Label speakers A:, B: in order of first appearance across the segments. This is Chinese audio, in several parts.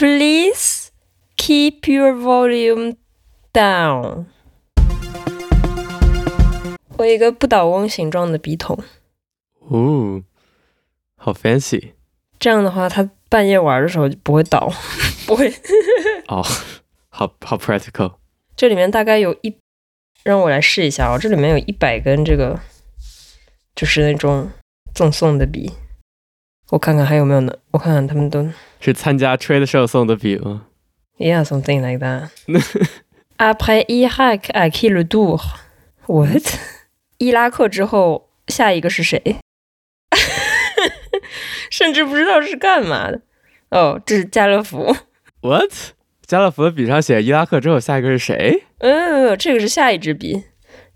A: Please keep your volume down。我有一个不倒翁形状的笔筒，
B: 哦，好 fancy
A: 这样的话，它半夜玩的时候就不会倒， 不会。
B: 哦，好好 practical。
A: 这里面大概有一，让我来试一下啊、这里面有一百根这个，就是那种赠送的笔，我看看还有没有呢？我看看他们都
B: 是参加 trade show 送的笔吗？
A: Yeah, something like that. Après Irak, à qui le tour? What? 伊拉克之后，下一个是谁？ 甚至不知道是干嘛的。哦，这是家乐福。
B: What？家乐福的笔上写伊拉克之后，下一个是谁？
A: 嗯，这个是下一支笔，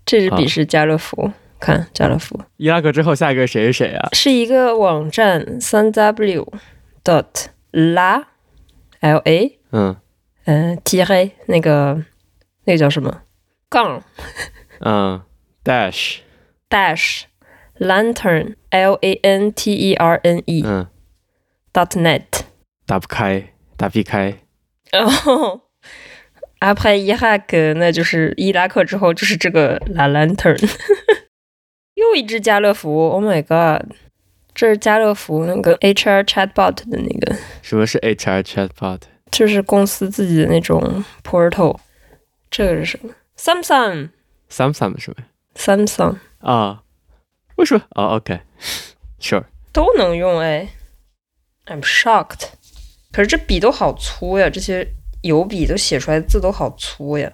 A: 这支笔
B: 好啊
A: 是家乐福。看家乐福
B: 伊拉克之后下一个是谁是谁啊？
A: 是一个网站，三 w dot la l a
B: 嗯
A: 嗯 t a 那个那个叫什么杠
B: 嗯，dash，
A: dash lantern l a n t e r n e
B: 嗯，
A: dot net。
B: 打不开，打不开。
A: 然后哦 après Iraq 那就是伊拉克之后就是这个 la lantern。又一只家乐福，Oh my god！这是家乐福那个 HR chatbot 的那个，
B: 什么是 HR chatbot？
A: 就是公司自己的那种 portal。这个是什么？Samsung
B: Sam Sam 什么呀？
A: Samsung
B: 啊，为什么？哦，OK，Sure，
A: 都能用哎，I'm shocked。可是这笔都好粗呀，这些油笔都写出来的字都好粗呀。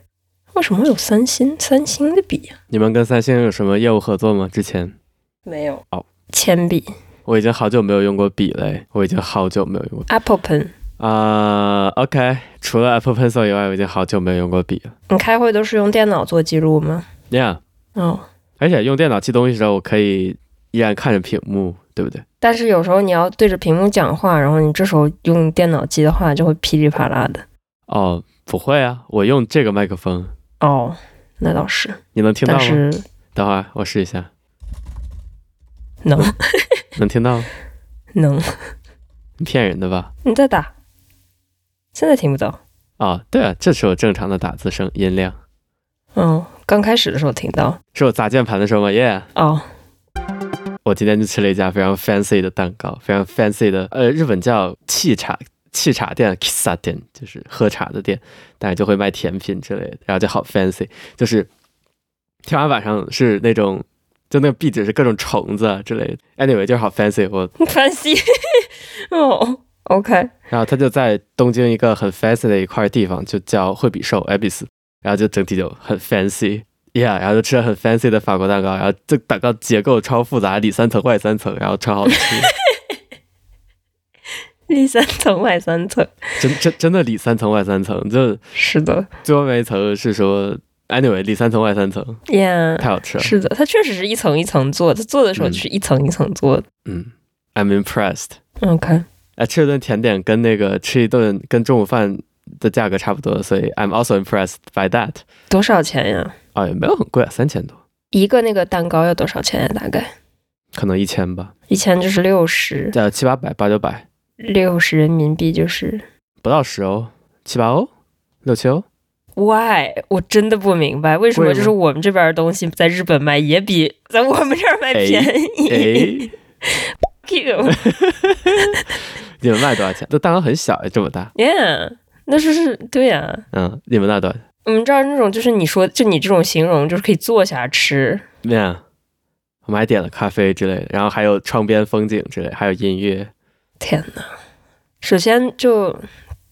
A: 为什么会有三星三星的笔啊呀？
B: 你们跟三星有什么业务合作吗？之前
A: 没有
B: 哦，
A: 铅笔
B: 我已经好久没有用过笔嘞，我已经好久没有用过
A: Apple Pen。
B: 啊。OK，除了 Apple Pencil 以外，我已经好久没有用过笔了。
A: 你开会都是用电脑做记录吗？
B: Yeah，
A: 哦，
B: 而且用电脑记东西的时候，我可以依然看着屏幕，对不对？
A: 但是有时候你要对着屏幕讲话，然后你这时候用电脑记的话，就会噼里啪啦的。
B: 哦，不会啊，我用这个麦克风，
A: 哦，那倒是，
B: 你能听到
A: 但
B: 吗？
A: 是
B: 等会儿我试一下，
A: 能
B: 能听到吗？
A: 能，
B: 你骗人的吧？
A: 你再打，现在听不到。
B: 哦，对啊，这是我正常的打字声音量，
A: 哦，刚开始的时候听到。
B: 是我砸键盘的时候吗？Yeah。
A: 哦，
B: 我今天就吃了一家非常 fancy 的蛋糕，非常 fancy 的，呃，日本叫汽茶汽茶店 （kissa 店），就是喝茶的店，但是就会卖甜品之类的，然后就好 fancy，就是天花板上是那种，就那个壁纸是各种虫子啊之类的，anyway 就是好 fancy 我。
A: 翻新。哦，OK，
B: 然后它就在东京一个很 fancy 的一块地方，就叫惠比寿 （Ibis），然后就整体就很 fancy。Yeah，然后就吃了很 fancy 的法国蛋糕，然后这蛋糕结构超复杂，里三层外三层，然后超好吃。
A: 里三层外三层，
B: 真真真的里三层外三层，就是
A: 是的
B: 最外面一层是说 anyway 里三层外三层，
A: 呀
B: 太好吃了。
A: 是嗯的，它确实是一层一层做，它做的时候就是一层一层做的。
B: 嗯，I'm impressed。
A: OK，
B: 哎，吃一顿甜点跟那个吃一顿跟中午饭的价格差不多，所以 I'm also impressed by that。
A: 多少钱呀？
B: 啊、也没有很贵，三千多，
A: 一个那个蛋糕要多少钱呀？大概？
B: 可能一千吧，
A: 以前就是六十，
B: 呃，七八百、八九百，
A: 六十人民币就是
B: 不到十欧，七八欧，六 七欧。
A: why？我真的不明白为什么
B: 为什么
A: 就是我们这边的东西在日本卖也比在我们这儿卖
B: 哎
A: 便 宜。
B: 哎，
A: Q，yeah，
B: 你们卖多少钱？这蛋糕很小，哎这么大。
A: 那就是对呀、
B: 嗯，你们那多少钱？
A: 我们这儿那种就是你说就你这种形容就是可以坐下吃，
B: 面，我们还点了咖啡之类的，然后还有窗边风景之类，还有音乐。
A: 天呐，首先就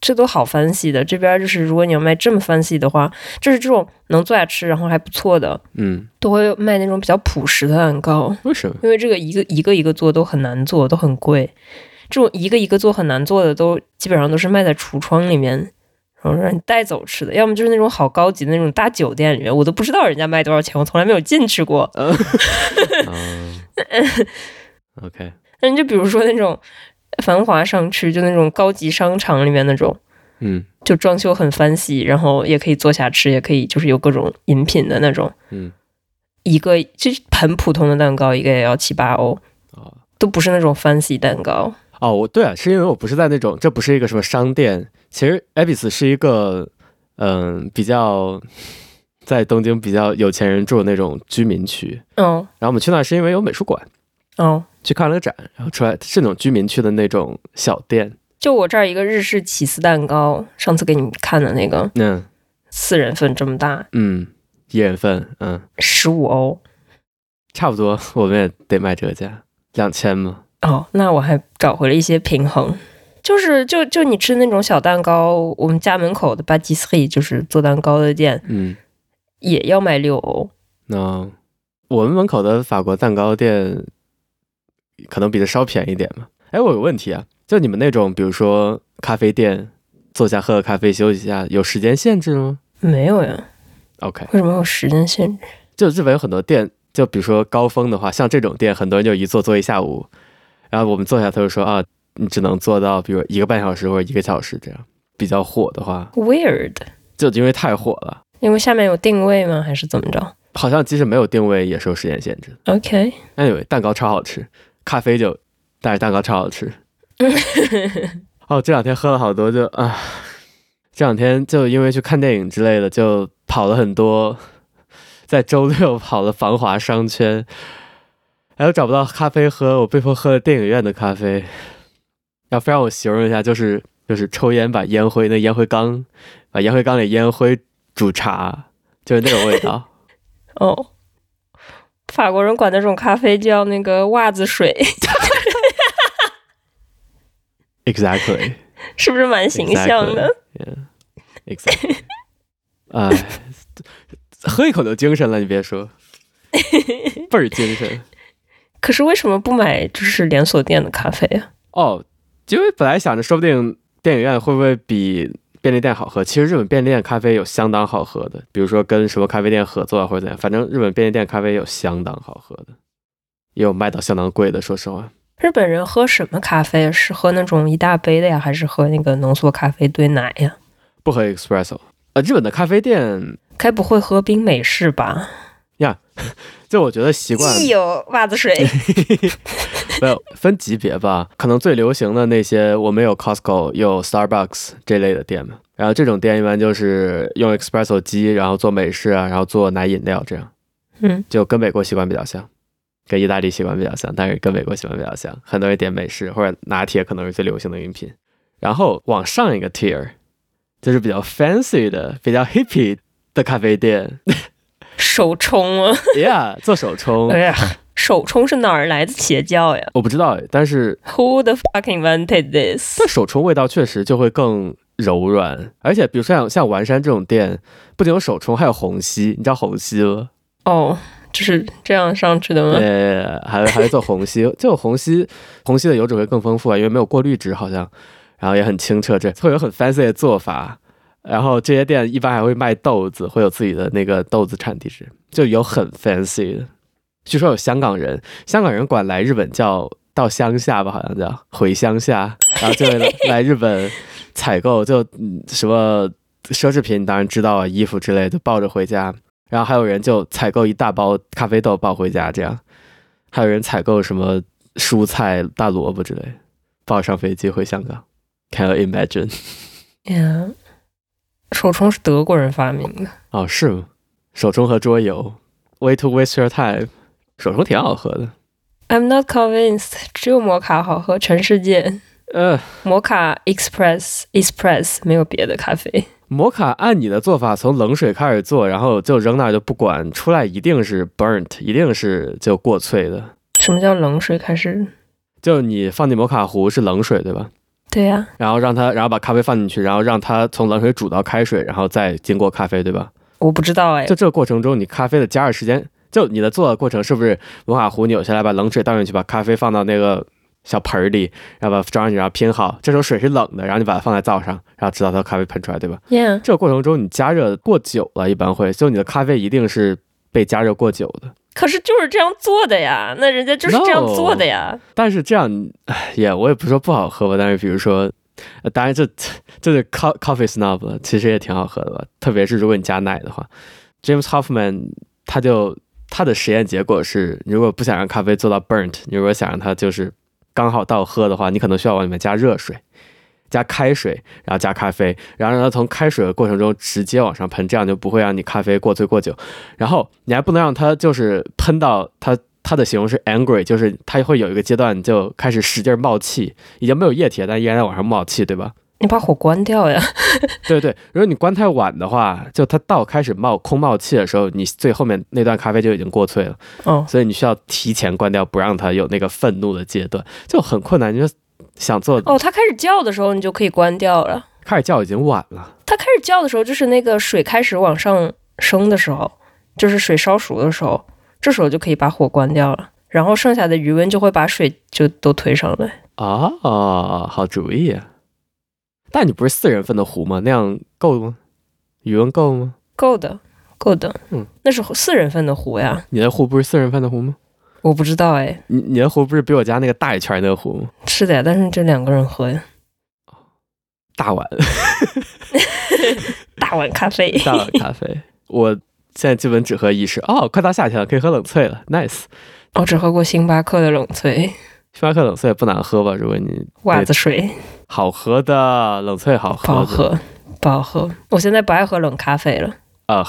A: 这都好 fancy 的，这边就是如果你要卖这么 fancy 的话，就是这种能坐下吃然后还不错的，
B: 嗯，
A: 都会卖那种比较朴实的蛋糕。
B: 为什么？
A: 因为这个一个一个一个做都很难做，都很贵。这种一个一个做很难做的，都基本上都是卖在橱窗里面，然后让你带走吃的。要么就是那种好高级的那种大酒店里面，我都不知道人家卖多少钱，我从来没有进去过。
B: 嗯，OK，
A: 那你嗯就比如说那种繁华商区，就那种高级商场里面那种，
B: 嗯
A: 就装修很 fancy，然后也可以坐下吃，也可以就是有各种饮品的那种。
B: 嗯，
A: 一个就是很普通的蛋糕，一个也要七八欧，
B: 哦
A: 都不是那种 fancy 蛋糕。
B: 哦，我对啊，是因为我不是在那种，这不是一个什么商店，其实 Ibis 是一个嗯、比较在东京比较有钱人住的那种居民区，
A: 嗯
B: 然后我们去那儿是因为有美术馆，
A: 嗯，
B: 去看了个展，然后出来是那种居民区的那种小店，
A: 就我这儿一个日式起司蛋糕，上次给你们看的那个
B: 嗯
A: 四人份这么大，
B: 嗯，一人份，嗯，
A: 十五欧
B: 差不多，我们也得卖这个价，两千嘛，
A: 哦，那我还找回了一些平衡。就是就就你吃那种小蛋糕，我们家门口的 b a t i s s e r i 就是做蛋糕的店，
B: 嗯，
A: 也要卖六欧。
B: 那我们门口的法国蛋糕店可能比这稍便宜一点嘛。哎，我有个问题啊，就你们那种，比如说咖啡店，坐下喝个咖啡休息一下，有时间限制吗
A: 没有呀，
B: ？OK，
A: 为什么有时间限制？
B: 就日本有很多店，就比如说高峰的话，像这种店，很多人就一坐坐一下午，然后我们坐下，他就说啊，你只能坐到比如一个半小时或者一个小时这样。比较火的话，
A: Weird，
B: 就因为太火了，
A: 因为下面有定位吗？还是怎么着
B: 好像即使没有定位也是有时间限制的。
A: ？OK，
B: Anyway，蛋糕超好吃，咖啡就，但是蛋糕超好吃。哦，这两天喝了好多就，啊，这两天就因为去看电影之类的，就跑了很多，在周六跑了繁华商圈，哎，我找不到咖啡喝，我被迫喝了电影院的咖啡。要非让我形容一下，就是就是抽烟把烟灰那烟灰缸，把烟灰缸里烟灰煮茶，就是那种味道。
A: 哦，法国人管那种咖啡叫那个袜子水，
B: Exactly。
A: 是不是蛮形象的？
B: Exactly. Yeah. Exactly. 哎，喝一口就精神了，你 别说，倍儿精神
A: 可是为什么不买就是连锁店的咖啡啊？
B: 哦。因为本来想着，说不定电影院会不会比便利店好喝？其实日本便利店咖啡有相当好喝的，比如说跟什么咖啡店合作啊，或者怎样，反正日本便利店咖啡有相当好喝的，也有卖到相当贵的。说实话，
A: 日本人喝什么咖啡啊？是喝那种一大杯的呀，还是喝那个浓缩咖啡兑奶呀？
B: 不喝 espresso。呃，日本的咖啡店
A: 该不会喝冰美式吧？
B: 就我觉得习惯
A: 一有袜子水，
B: 没有分级别吧，可能最流行的那些，我们有 Costco 有 Starbucks 这类的店嘛。然后这种店一般就是用 espresso 机，然后做美式啊，然后做奶饮料，这样
A: 嗯，
B: 就跟美国习惯比较像，跟意大利习惯比较像，但是跟美国习惯比较像。很多人点美式或者拿铁，可能是最流行的饮品。然后往上一个 tier，就是比较 fancy 的、比较 hippie 的咖啡店
A: 手冲啊，
B: ，yeah，做手冲
A: 哎。呀，手冲是哪儿来的邪教呀
B: 我不知道哎，但是
A: ？Who the fuck invented this？
B: 但手冲味道确实就会更柔软，而且比如说像像完山这种店，不仅有手冲，还有虹吸，你知道虹吸吗？
A: 哦，就是这样上去的吗？
B: 呃，还还做虹吸， 就虹吸，虹吸的油脂会更丰富啊，因为没有过滤纸好像，然后也很清澈，这会有很 fancy 的做法。然后这些店一般还会卖豆子，会有自己的那个豆子产地址，就有很 fancy 的。据说有香港人，香港人管来日本叫到乡下吧，好像叫回乡下，然后就会来来日本采购，就嗯什么奢侈品，当然知道啊，衣服之类的，就抱着回家。然后还有人就采购一大包咖啡豆抱回家，这样。还有人采购什么蔬菜、大萝卜之类，抱上飞机回香港。Can you imagine？
A: 呀，手冲是德国人发明的。
B: 哦，是吗？手冲和桌游，Way to waste your time。手冲挺好喝的，
A: I'm not convinced，只有摩卡好喝，全世界
B: 呃，
A: 摩卡 Express Express 没有别的咖啡。
B: 摩卡按你的做法，从冷水开始做，然后就扔那儿就不管，出来一定是 burnt，一定是就过萃的。
A: 什么叫冷水开始？
B: 就你放进摩卡壶是冷水，对吧？
A: 对呀、
B: 然后让它，然后把咖啡放进去，然后让它从冷水煮到开水，然后再经过咖啡，对吧？
A: 我不知道哎
B: 就，这个过程中，你咖啡的加热时间，就你的做的过程是不是摩卡壶扭下来，把冷水倒进去，把咖啡放到那个小盆儿里，然后把它装上去，然后拼好。这时候水是冷的，然后你把它放在灶上，然后直到它咖啡喷出来，对吧？
A: yeah，
B: 这个过程中，你加热过久了，一般会，就你的咖啡一定是被加热过久的。
A: 可是就是这样做的呀，那人家就是这样做的呀。
B: 但是这样，哎也我也不是说不好喝吧，但是比如说，呃当然这这是 co- coffee snob 了，其实也挺好喝的吧，特别是如果你加奶的话。James Hoffman 他就他的实验结果是，你如果不想让咖啡做到 burnt，你如果想让它就是刚好到喝的话，你可能需要往里面加热水，加开水，然后加咖啡，然后让它从开水的过程中直接往上喷，这样就不会让你咖啡过醉过久。然后你还不能让它就是喷到它。它的形容是 angry，就是它会有一个阶段就开始使劲冒气，已经没有液体了，但依然在往上冒气，对吧？
A: 你把火关掉呀！
B: 对对，如果你关太晚的话，就它到开始冒空冒气的时候，你最后面那段咖啡就已经过萃了，
A: 哦，
B: 所以你需要提前关掉，不让它有那个愤怒的阶段，就很困难。你就想做
A: 哦，它开始叫的时候你就可以关掉了。
B: 开始叫已经晚了，
A: 它开始叫的时候，就是那个水开始往上升的时候，就是水烧熟的时候，这时候就可以把火关掉了。然后剩下的余温就会把水就都推上来。
B: 啊、哦，好主意、啊。但你不是四人份的壶吗？那样够吗？余温够吗？
A: 够的，够的。
B: 嗯，
A: 那是四人份的壶呀，
B: 你的壶不是四人份的壶吗？
A: 我不知道哎。
B: 你你的壶不是比我家那个大一圈儿那个壶吗？
A: 是的呀，但是这两个人喝呀，
B: 大碗
A: 大碗咖啡。
B: 大碗咖啡，我现在基本只喝意式。哦，快到夏天了，可以喝冷萃了，nice。
A: 我哦只喝过星巴克的冷萃
B: 星巴克冷萃不难喝吧？如果你
A: 袜子水，
B: 好喝的冷萃好
A: 不
B: 喝的，
A: 好喝，不好喝。我现在不爱喝冷咖啡了。
B: 啊、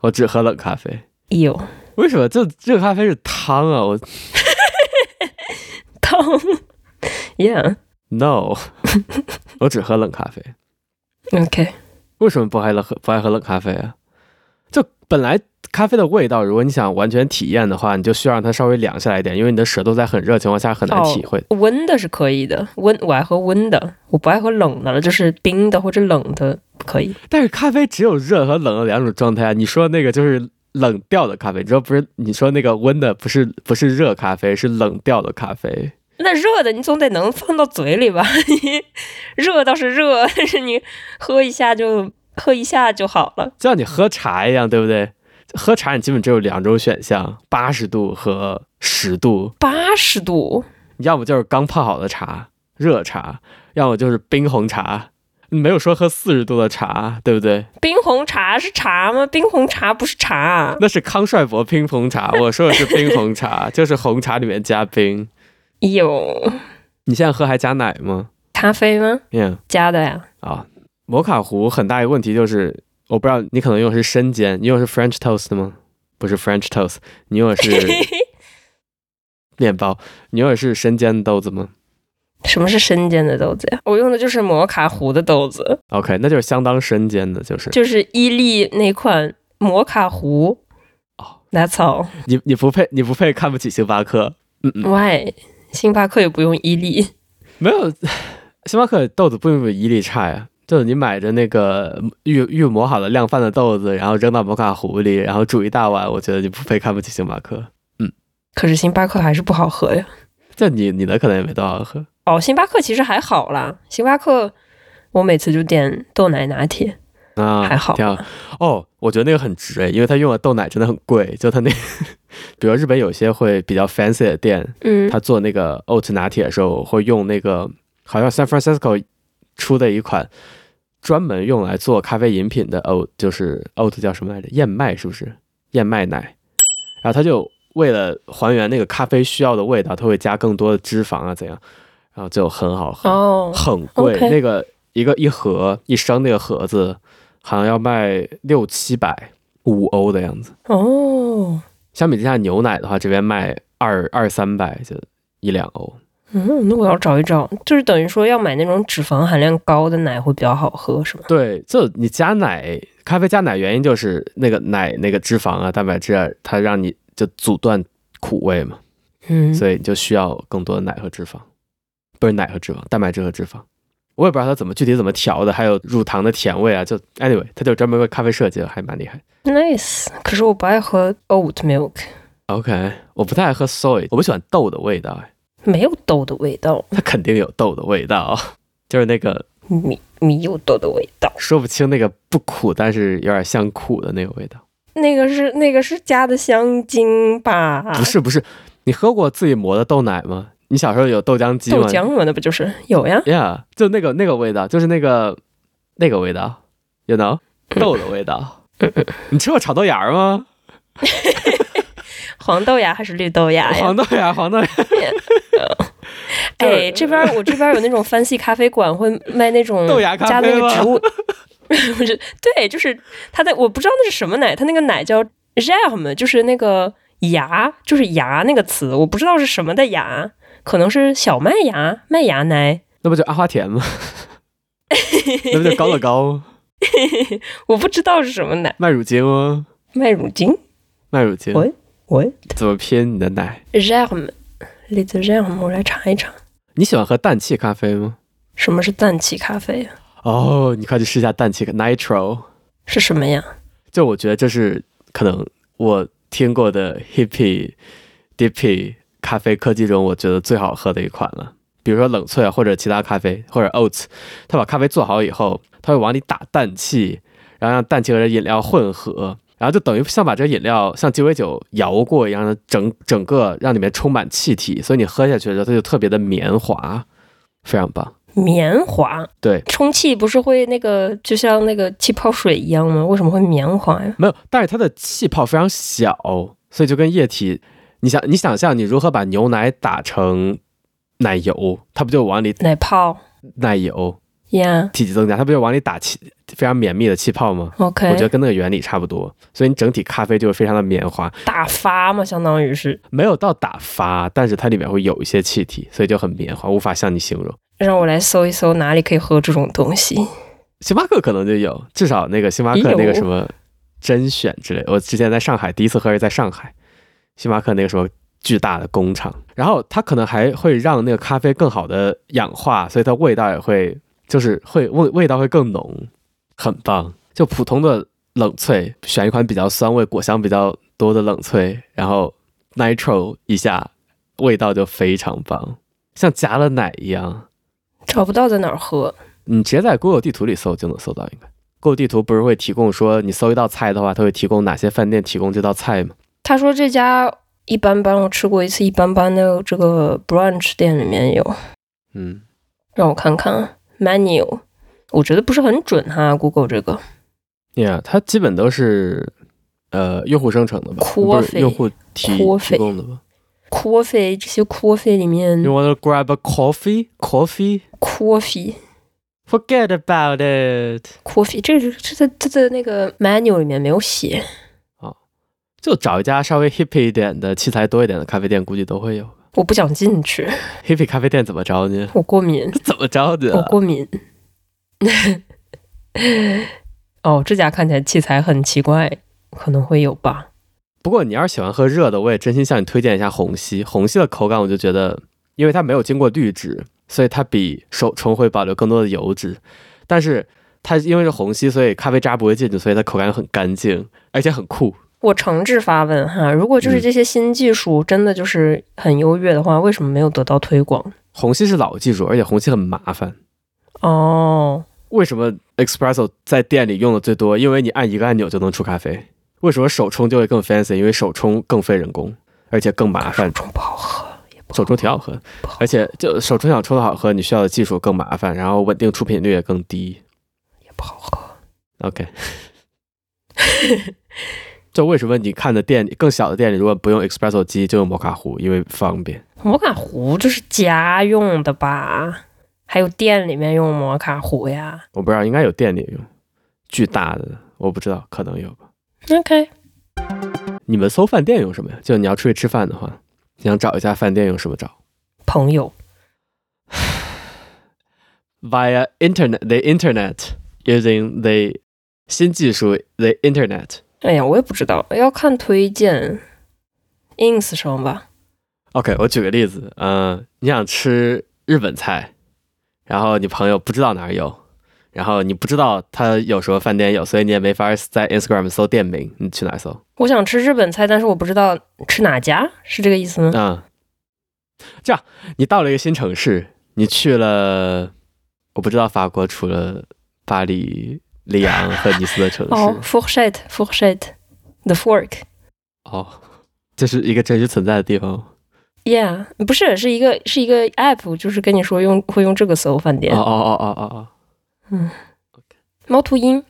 B: 我只喝冷咖啡。
A: 哎 呦，
B: 为什么这热咖啡是汤啊？我
A: 烫，yeah，OK，、
B: no，我只喝冷咖啡。为什么不爱喝不爱喝冷咖啡啊？就本来咖啡的味道，如果你想完全体验的话，你就需要让它稍微凉下来一点，因为你的舌头在很热的情况下很难
A: 哦
B: 体会。
A: 温的是可以的，温我爱喝温的，我不爱喝冷的了，就是冰的或者冷的不可以。
B: 但是咖啡只有热和冷的两种状态啊。你说那个就是冷调的咖啡，你说不是？你说那个温的不是不是热咖啡，是冷调的咖啡。
A: 那热的你总得能放到嘴里吧？ 你热倒是热，但是你喝一下就喝一下就好了。
B: 就像你喝茶一样，对不对？喝茶你基本只有两种选项：八十度和十度。
A: 八十度，
B: 要么就是刚泡好的茶，热茶；要么就是冰红茶。没有说喝四十度的茶，对不对？
A: 冰红茶是茶吗？冰红茶不是茶啊，
B: 那是康帅伯冰红茶，我说的是冰红茶，就是红茶里面加冰。
A: 有
B: 你现在喝还加奶吗？
A: 咖啡吗？
B: 嗯
A: 加的呀。
B: 啊，摩卡壶很大一个问题就是，我不知道你可能用的是深煎，你用的是 French toast 的吗？不是 French toast，你用的 是面包，你用的是深煎豆子吗
A: 什么是深煎的豆子呀？我用的就是摩卡壶的豆子，
B: ？OK，那就是相当深煎的，就是
A: 就是伊利那款摩卡壶。
B: 哦
A: ，That's all.
B: 你你不配你不配看不起星巴克，嗯嗯，
A: Why？星巴克也不用伊利。
B: 没有，星巴克豆子不比伊利差呀。啊就是你买着那个预预磨好的晾饭的豆子，然后扔到摩卡壶里，然后煮一大碗，我觉得你不配看不起星巴克。
A: 可是星巴克还是不好喝呀。
B: 就你你的可能也没多好喝。
A: 哦，星巴克其实还好啦。星巴克我每次就点豆奶拿铁，
B: 啊，
A: 还好
B: 挺好。哦，我觉得那个很值哎，因为他用的豆奶真的很贵。就他那， 比如日本有些会比较 fancy 的店，
A: 嗯，
B: 他做那个 oat 拿铁的时候，会用那个好像 San Francisco 出的一款专门用来做咖啡饮品的 oat，就是 oat 叫什么来着？燕麦是不是？燕麦奶。然后他就为了还原那个咖啡需要的味道，他会加更多的脂肪啊，怎样？然后就很好喝。
A: 哦，
B: 很贵
A: OK
B: 那个一个一盒一升那个盒子好像要卖六七百五欧的样子。
A: 哦，
B: 相比之下，牛奶的话，这边卖二二三百就一两欧。
A: 嗯，那我要找一找，就是等于说要买那种脂肪含量高的奶会比较好喝，是吗？
B: 对，就你加奶，咖啡加奶原因就是那个奶那个脂肪啊、蛋白质啊，它让你就阻断苦味嘛，
A: 嗯，
B: 所以你就需要更多的奶和脂肪，不是奶和脂肪，蛋白质和脂肪。我也不知道它怎么具体怎么调的，还有乳糖的甜味啊，就 anyway，它就专门为咖啡设计的，还蛮厉害。
A: Nice，可是我不爱喝 oat milk，
B: OK，我不太爱喝 soy，我不喜欢豆的味道， 哎
A: 没有豆的味道，
B: 它肯定有豆的味道， 就是那个
A: 米米有豆的味道。
B: 说不清那个不苦，但是有点像苦的那个味道。
A: 那个是那个是加的香精吧？
B: 不是不是，你喝过自己磨的豆奶吗？你小时候有豆浆机
A: 豆
B: 吗
A: 浆嘛，那不就是有呀？
B: ？Yeah，就那个那个味道，就是那个那个味道，you know，豆的 味道。你吃过炒豆芽儿吗？
A: 哎黄豆芽还是绿豆芽呀？
B: 黄豆芽，黄豆芽。
A: 哎，这边我这边有那种 fancy 咖啡馆会卖那种
B: 豆芽咖啡
A: 加那个
B: 吗
A: 植物， 不是对，就是它在我不知道那是什么奶，它那个奶叫 jam，就是那个芽，就是芽那个词，我不知道是什么的芽，可能是小麦芽、麦芽奶，
B: 那不就阿华 田吗？那不就高乐高、
A: 我不知道是什么奶，
B: 麦乳精吗？
A: 麦乳精，
B: 麦乳精
A: 喂喂
B: 怎么拼你的奶？
A: jam。Little Jam，我来查一查，
B: 你喜欢喝氮气咖啡吗？
A: 什么是氮气咖啡啊呀？
B: 哦，你快去试一下氮气 Nitro。
A: 是什么呀？
B: 就我觉得这是可能我听过的 hippie、dippy 咖啡科技中，我觉得最好喝的一款了。比如说冷萃啊或者其他咖啡或者 oats，它把咖啡做好以后，它会往里打氮气，然后让氮气和这饮料混合，然后就等于像把这饮料像鸡尾酒摇过一样的整整个让里面充满气体，所以你喝下去的时候它就特别的绵滑，非常棒。
A: 棉滑，
B: 对，
A: 充气不是会那个就像那个气泡水一样吗？为什么会棉滑呀？
B: 没有，但是它的气泡非常小，所以就跟液体，你想你想象你如何把牛奶打成奶油，它不就往里
A: 奶泡
B: 奶油
A: 呀、
B: 体积增加，它不就往里打气非常绵密的气泡吗？
A: o
B: 我
A: k
B: 觉得跟那个原理差不多，所以你整体咖啡就会非常的绵滑，
A: 打发嘛，相当于是
B: 没有到打发，但是它里面会有一些气体，所以就很绵滑，无法向你形容。
A: 让我来搜一搜哪里可以喝这种东西。
B: 星巴克可能就有，至少那个星巴克那个什么甄选之类，我之前在上海第一次喝是在上海，星巴克那个什么巨大的工厂，然后它可能还会让那个咖啡更好的氧化，所以它味道也会就是会味味道会更浓，很棒。就普通的冷萃，选一款比较酸味、果香比较多的冷萃，然后 nitro 一下，味道就非常棒，像加了奶一样。
A: 找不到在哪儿喝，
B: 你直接在 Google 地图里搜就能搜到，应该。Google 地图不是会提供说你搜一道菜的话，它会提供哪些饭店提供这道菜吗？
A: 他说这家一般般，我吃过一次一般般的这个 brunch 店里面有，
B: 嗯，
A: 让我看看啊 menu，我觉得不是很准哈，Google 这个
B: 呀、yeah,，它基本都是呃用户生成的吧，
A: Coffee
B: 不是用户提
A: ，Coffee 嗯
B: 提供的吧？
A: coffee 这些 coffee 里面
B: You wanna grab a coffee? Coffee?
A: coffee
B: Forget about it。
A: coffee 这个这在这在那个 menu 里面没有写。
B: 就找一家稍微 hippie 一点的、器材多一点的咖啡店，估计都会有。
A: 我不想进去，
B: hippie 咖啡店怎么着呢？
A: 我过敏，
B: 怎么着呢
A: 我？过敏。 哦，这家看起来器材很奇怪，可能会有吧。
B: 不过你要是喜欢喝热的，我也真心向你推荐一下虹吸。虹吸的口感，我就觉得，因为它没有经过滤纸，所以它比手冲会保留更多的油脂。但是它因为是虹吸，所以咖啡渣不会进去，所以它口感很干净，而且很酷。
A: 我诚挚发问哈，如果就是这些新技术真的就是很优越的话，为什么没有得到推广？
B: 虹吸是老技术，而且虹吸很麻烦。
A: 哦，
B: 为什么 espresso 在店里用的最多？因为你按一个按钮就能出咖啡。为什么手冲就会更 fancy？因为手冲更费人工，而且更麻烦
A: 手。冲不好喝，也不好
B: 手冲挺好喝
A: 不好，
B: 而且就手冲想冲的好喝，你需要的技术更麻烦，然后稳定出品率也更低。
A: 也不好喝。
B: OK，就为什么你看的店里更小的店里，如果不用 espresso 机，就用摩卡壶，因为方便。
A: 摩卡壶就是家用的吧？还有店里面用摩卡壶呀
B: 我不知道，应该有店里用巨大的，我不知道，可能有吧。
A: ？OK，
B: 你们搜饭店用什么呀？就你要出去吃饭的话，你想找一家饭店用什么找
A: 朋友
B: ？Via internet, the internet using the 新技术，the internet。
A: 哎呀，我也不知道，要看推荐，ins 上吧。
B: OK，我举个例子，嗯、你想吃日本菜，然后你朋友不知道哪儿有，然后你不知道他有什么饭店有，所以你也没法在 Instagram 搜店名，你去哪儿搜？
A: 我想吃日本菜，但是我不知道吃哪家，是这个意思吗？
B: 嗯，这样你到了一个新城市，你去了，我不知道法国除了巴黎、里昂和尼斯的城市，
A: 哦 f o r s h e t f o r s h e t the fork，yeah，
B: 哦，这是一个真实存在的地方吗。
A: 不是，是一个是一个 app，就是跟你说用会用这个搜饭店
B: 哦哦。哦哦哦哦，
A: 猫头鹰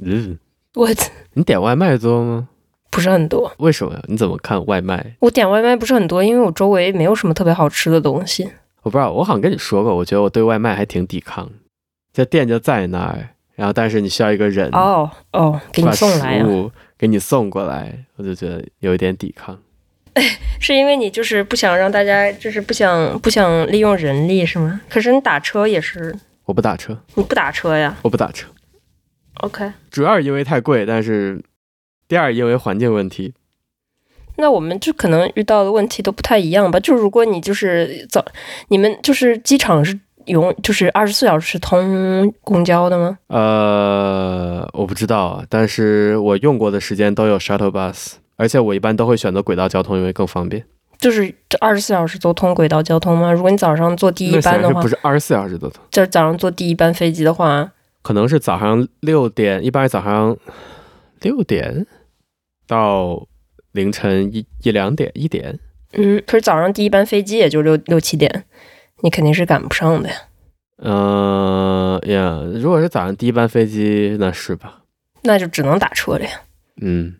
B: 嗯，
A: 我
B: 你点外卖多吗？
A: 不是很多，
B: 为什么呀？你怎么看外卖？
A: 我点外卖不是很多，因为我周围没有什么特别好吃的东西。
B: 我不知道，我好像跟你说过，我觉得我对外卖还挺抵抗的，这店就在那儿，然后但是你需要一个人
A: 哦哦，给你
B: 把
A: 送来啊
B: 食，物给你送过来，我就觉得有一点抵抗。
A: 是因为你就是不想让大家，就是不想不想利用人力是吗？可是你打车也是，
B: 我不打车，
A: 你不打车呀
B: 我不打车，
A: ？OK，
B: 主要是因为太贵，但是第二因为环境问题，
A: 那我们就可能遇到的问题都不太一样吧。就如果你就是早，你们就是机场是永就是二十四小时通公交的吗？
B: 呃，我不知道啊，但是我用过的时间都有 shuttle bus，而且我一般都会选择轨道交通，因为更方便。
A: 就是这二十四小时都通轨道交通吗？如果你早上坐第一
B: 那显
A: 班
B: 然
A: 的
B: 是
A: 话
B: 不，是二十四小时的通？
A: 就是早上坐第一班飞机的话，
B: 可能是早上六点，一般是早上六点到凌晨一一两点一点。
A: 嗯，可是早上第一班飞机也就六六七点，你肯定是赶不上的呀。
B: 嗯、呀，如果是早上第一班飞机，那是吧？
A: 那就只能打车了呀。
B: 嗯，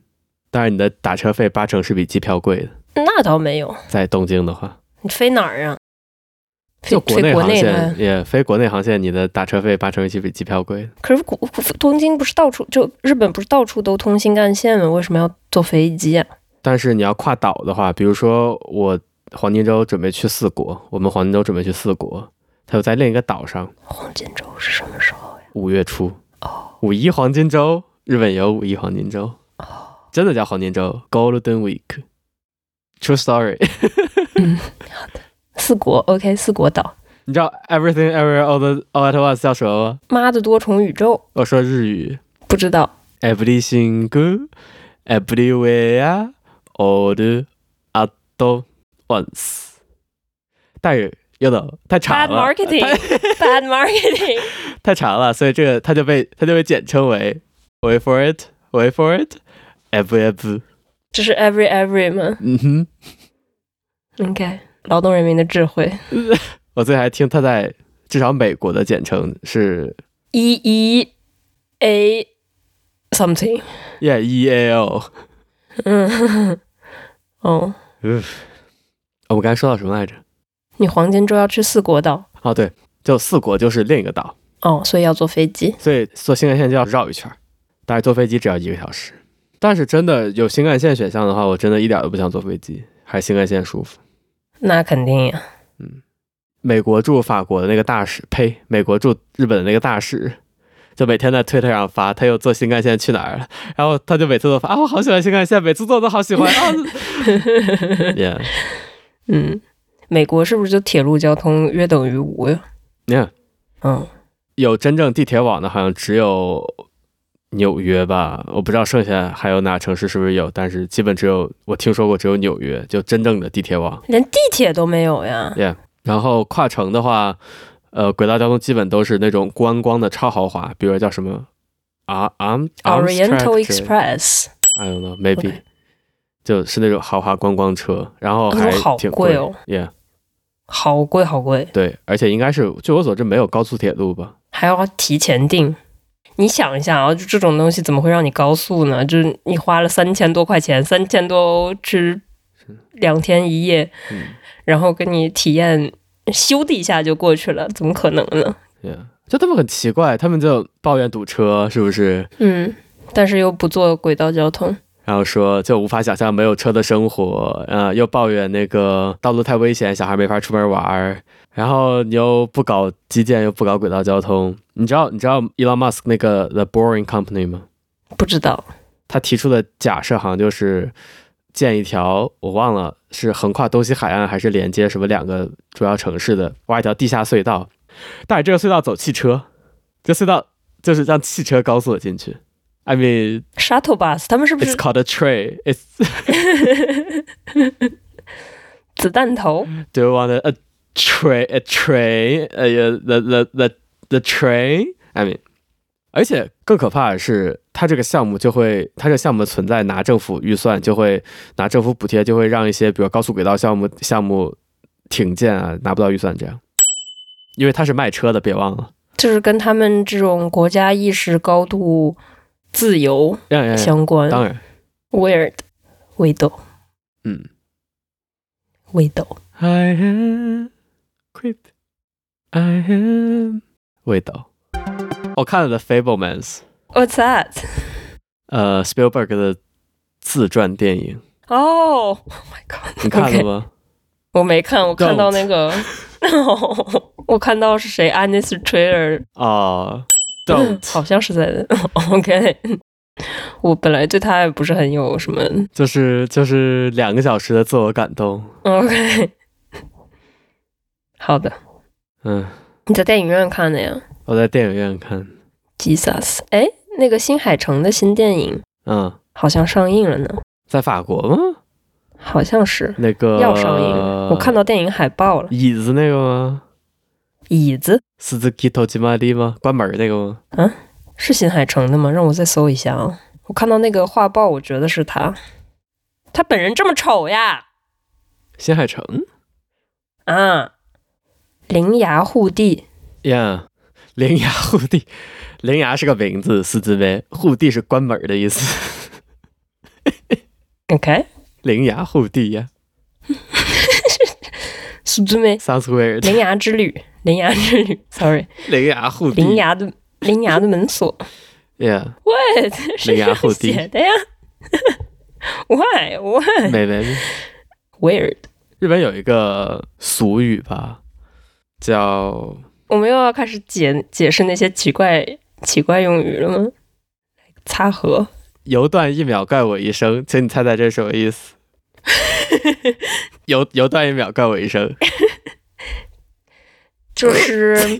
B: 但是你的打车费八成是比机票贵的，
A: 那倒没有，
B: 在东京的话，
A: 你飞哪儿啊？飞
B: 就国
A: 飞
B: 内
A: 国
B: 航
A: 内啊嗯的，
B: 线也飞国内航线，你的打车费八成是比机票贵的。
A: 可是国国东京不是到处就日本不是到处都通新干线吗？为什么要坐飞机啊？
B: 但是你要跨岛的话，比如说我黄金周准备去四国，我们黄金周准备去四国，它就在另一个岛上。
A: 黄金周是什么时候呀？
B: 五月初，
A: 哦，
B: 五一黄金周，日本有五一黄金周，
A: 哦，
B: 真的叫黄金周 （Golden Week）。True story，
A: 四国 OK，四国岛，
B: 你知道 Everything Everywhere All the All at Once 叫什么吗？
A: 妈的多重宇宙
B: 我说日语
A: 不知道，
B: ，Everything Everywhere All at Once。但是，you know，太
A: bad
B: 长了，太
A: marketing，bad marketing，
B: 太长了，所以这个它就被它就被简称为 Wait for it，Wait for it，Every Every。
A: 这是 every every 吗
B: 嗯哼。
A: ？OK，劳动人民的智慧，
B: 我最近还听他在至少美国的简称是
A: E E A something，
B: Yeah E A O。
A: 嗯，哦，
B: 哦我们刚才说到什么来着？
A: 你黄金周要去四国岛，
B: 哦，对，就四国就是另一个岛，
A: 哦，所以要坐飞机。
B: 所以坐新干线就要绕一圈儿，但是坐飞机只要一个小时。但是真的有新干线选项的话，我真的一点都不想坐飞机，还是新干线舒服。
A: 那肯定啊呀，
B: 美国驻法国的那个大使，呸，美国驻日本的那个大使，就每天在推特上发他又坐新干线去哪儿了，然后他就每次都发啊，我好喜欢新干线，每次坐都好喜欢 啊。yeah
A: 嗯，美国是不是就铁路交通约等于无呀？
B: yeah。
A: 嗯，
B: 有真正地铁网的，好像只有纽约吧，我不知道剩下还有哪城市是不是有，但是基本只有我听说过只有纽约，就真正的地铁网。
A: 连地铁都没有呀。
B: 然后跨城的话，呃，轨道交通基本都是那种观光的超豪华，比如叫什么啊 Am
A: Oriental
B: Amtrak 之类的
A: Express，
B: I don't know maybe，、
A: OK
B: 就是那种豪华观光车，然后
A: 那
B: 还
A: 种好
B: 挺
A: 贵
B: 贵
A: 哦。
B: Yeah，
A: 好贵好贵，
B: 对，而且应该是据我所知没有高速铁路吧？
A: 还要提前订。你想一下啊，就这种东西怎么会让你高速呢？就是你花了三千多块钱，三千多欧吃两天一夜，
B: 嗯
A: 然后跟你体验咻的一下就过去了，怎么可能呢？
B: ，Yeah，就他们很奇怪，他们就抱怨堵车，是不是？
A: 嗯，但是又不坐轨道交通，
B: 然后说就无法想象没有车的生活，呃，又抱怨那个道路太危险，小孩没法出门玩儿，然后你又不搞基建，又不搞轨道交通，你知道你知道 Elon Musk 那个 The Boring Company 吗？
A: 不知道。
B: 他提出的假设好像就是建一条我忘了是横跨东西海岸还是连接什么两个主要城市的，挖一条地下隧道，但是这个隧道走汽车，这隧道就是让汽车高速地进去。I mean,
A: Shuttle bus，他们是不
B: it's
A: 是
B: called a train. It's
A: 子弹头？
B: Do you want a, a train? A train? 呃、uh, the the the the train? I mean，而且更可怕的是，它这个项目就会，它这个项目的存在拿政府预算，就会拿政府补贴，就会让一些比如高速轨道项目项目停建啊，拿不到预算这样。因为它是卖车的，别忘了。
A: 就是跟他们这种国家意识高度自由
B: 呀呀呀
A: 相关。
B: 嗯当然，
A: Weird，味道，
B: 嗯。
A: 味道。
B: I am creep。I am 味道。我看了《The Fablemans》，
A: What's that？
B: 呃，Spielberg 的自传电 影，
A: 哦、oh,，Oh my god！
B: 你看
A: OK
B: 了吗
A: 我没看，我看到
B: Don't
A: 那个， 我看到是谁 a n i s trailer，
B: 啊、d o n t
A: 好像是在 OK。我本来对他也不是很有什么
B: 就是就是两个小时的自我感动。
A: OK。好的，
B: 嗯，
A: 你在电影院看的呀
B: 我在电影院看。
A: ？Jesus，哎，那个新海诚的新电影
B: 嗯，
A: 好像上映了呢，
B: 在法国吗？
A: 好像是
B: 那个
A: 要上映了。我看到电影海报了，
B: 椅子那个吗？
A: 椅子
B: 斯兹基头吉玛利吗？关门那个吗？
A: 是新海诚的吗？让我再搜一下啊！我看到那个画报，我觉得是他。他本人这么丑呀？
B: 新海诚
A: 啊，伶牙护地，
B: 呀，伶牙护地，伶牙是个名字，斯兹梅护地是关门的意思，
A: OK，
B: 伶牙护地呀
A: 苏之梅，
B: ，sounds weird，
A: 伶牙之旅，伶牙之旅，sorry，
B: 伶牙护地，
A: 伶牙的伶牙的门锁
B: ，yeah，
A: ，what？是
B: 伶牙
A: 这
B: 护
A: 样
B: 地
A: 写的呀 ？Why? Why?
B: 没没没，
A: Weird。
B: 日本有一个俗语吧，叫
A: 我们又要开始解解释那些奇怪奇怪用语了吗？擦河，
B: 油断一秒怪我一生，请你猜猜这是什么意思？油油断一秒怪我一生，
A: 就是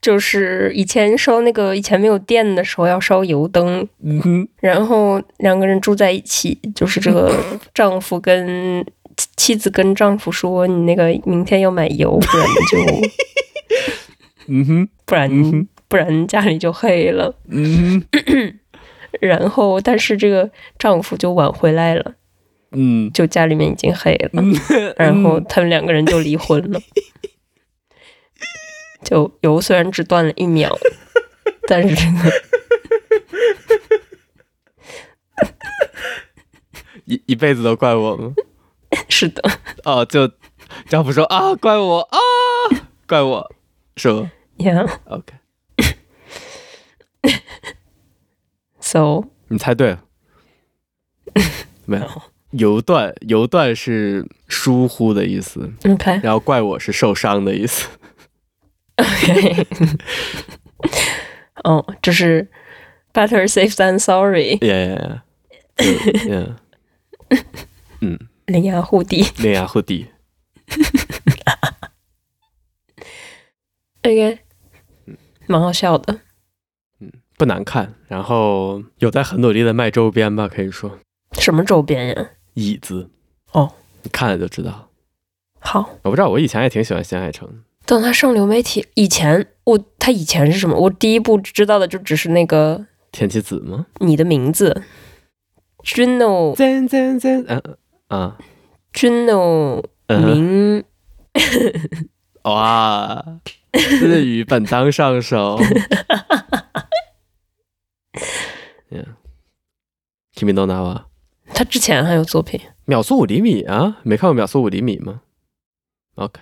A: 就是以前烧那个以前没有电的时候要烧油灯，
B: 嗯哼，
A: 然后两个人住在一起，就是这个
B: 嗯
A: 丈夫跟妻妻子跟丈夫说：“你那个明天要买油，不然就
B: 嗯哼，
A: 不
B: 嗯
A: 然
B: 哼
A: 不然家里就黑了。
B: 嗯哼，”
A: 然后，但是这个丈夫就晚回来了，
B: 嗯，
A: 就家里面已经黑了， 然后他们两个人就离婚 了。就油虽然只断了一秒， 但是这个
B: 一一辈子都怪我吗？
A: 是的，
B: 哦，就丈夫说啊，怪我啊，怪我，是吗
A: 呀、
B: ？OK，
A: yeah,，so
B: 你猜对了，没有。油断，油断是疏忽的意思，
A: OK，
B: 然后怪我是受伤的意思。
A: 哦，这是 better safe than sorry，
B: 耶耶耶，嗯，
A: 伶牙护地。
B: 伶牙护地。
A: OK，蛮好笑的。
B: 不难看，然后有在很努力的卖周边吧，可以说
A: 什么周边呀？
B: 椅子
A: 哦，
B: 你看了就知道。
A: 好，
B: 我不知道，我以前也挺喜欢新海诚，
A: 等他上流媒体以前，我他以前是什么？我第一部知道的就只是那个
B: 天气子吗？
A: 你的名字，Juno
B: 赞赞赞，嗯啊
A: Juno
B: 嗯，
A: 明
B: 哇，日语本当上手。yeah. 嗯 Kimi no na wa
A: 他之前还有作品
B: 秒速五厘米啊，没看过秒速五厘米吗？OK，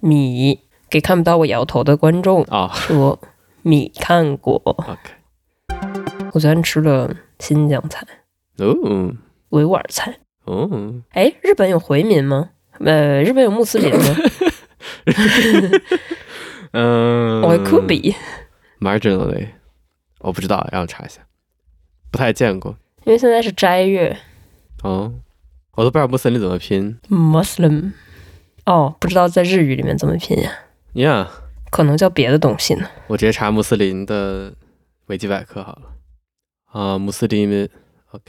A: 米，给看不到我摇头的观众
B: 哦
A: 说米看过。
B: ，OK，
A: 我昨天吃了新疆菜、
B: 哦
A: 维吾尔菜。
B: 哦，
A: 哎，日本有回民吗？呃，日本有穆斯林吗
B: 嗯，
A: 我 could be。
B: marginally，我不知道，让我查一下，不太见过
A: 因为现在是斋月
B: 哦，我都不知道穆斯林怎么拼
A: （Muslim）。哦，不知道在日语里面怎么拼呀、
B: ，Yeah，
A: 可能叫别的东西呢。
B: 我直接查穆斯林的维基百科好了啊、穆斯林，OK，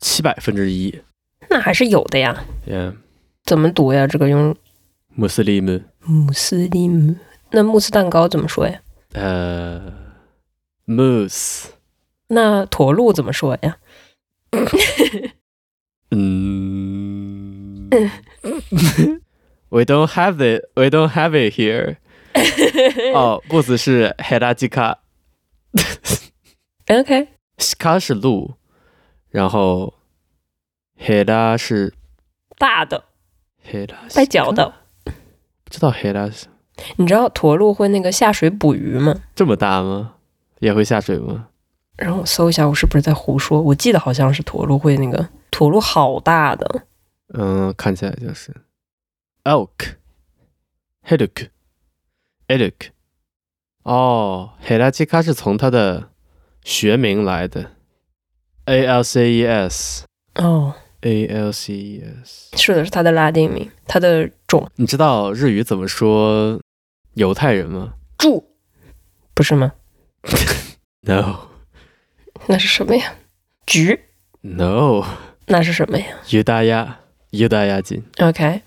B: 七百分之一
A: 那还是有的呀。
B: ，Yeah，
A: 怎么读呀？这个用
B: 穆斯林，
A: 穆斯林。那慕斯蛋糕怎么说呀？
B: 呃，moose，
A: 那驼鹿怎么说呀？
B: 嗯 ，We don't have it, we don't have it here，哦，不只是黑拉基卡。
A: ，OK，
B: 西卡是鹿，然后黑拉是
A: 大的
B: 黑拉
A: 带脚的，
B: 不知道黑拉是
A: 你知道驼鹿会那个下水捕鱼吗？
B: 这么大吗？也会下水吗？
A: 然后我搜一下，我是不是在胡说？我记得好像是驼鹿会那个驼鹿好大的，
B: 嗯，看起来就是 elk heduk eduk。哦，黑拉基卡是从它的学名来的，a l c e s
A: 哦，
B: a l c e s。
A: 是的，是它的拉丁名，它的种
B: 你知道日语怎么说犹太人吗
A: 柱，不是吗？
B: ？No
A: 那是什么呀？菊，
B: no，
A: 那是什么呀
B: 犹大亚犹大亚金
A: ？OK，Why？、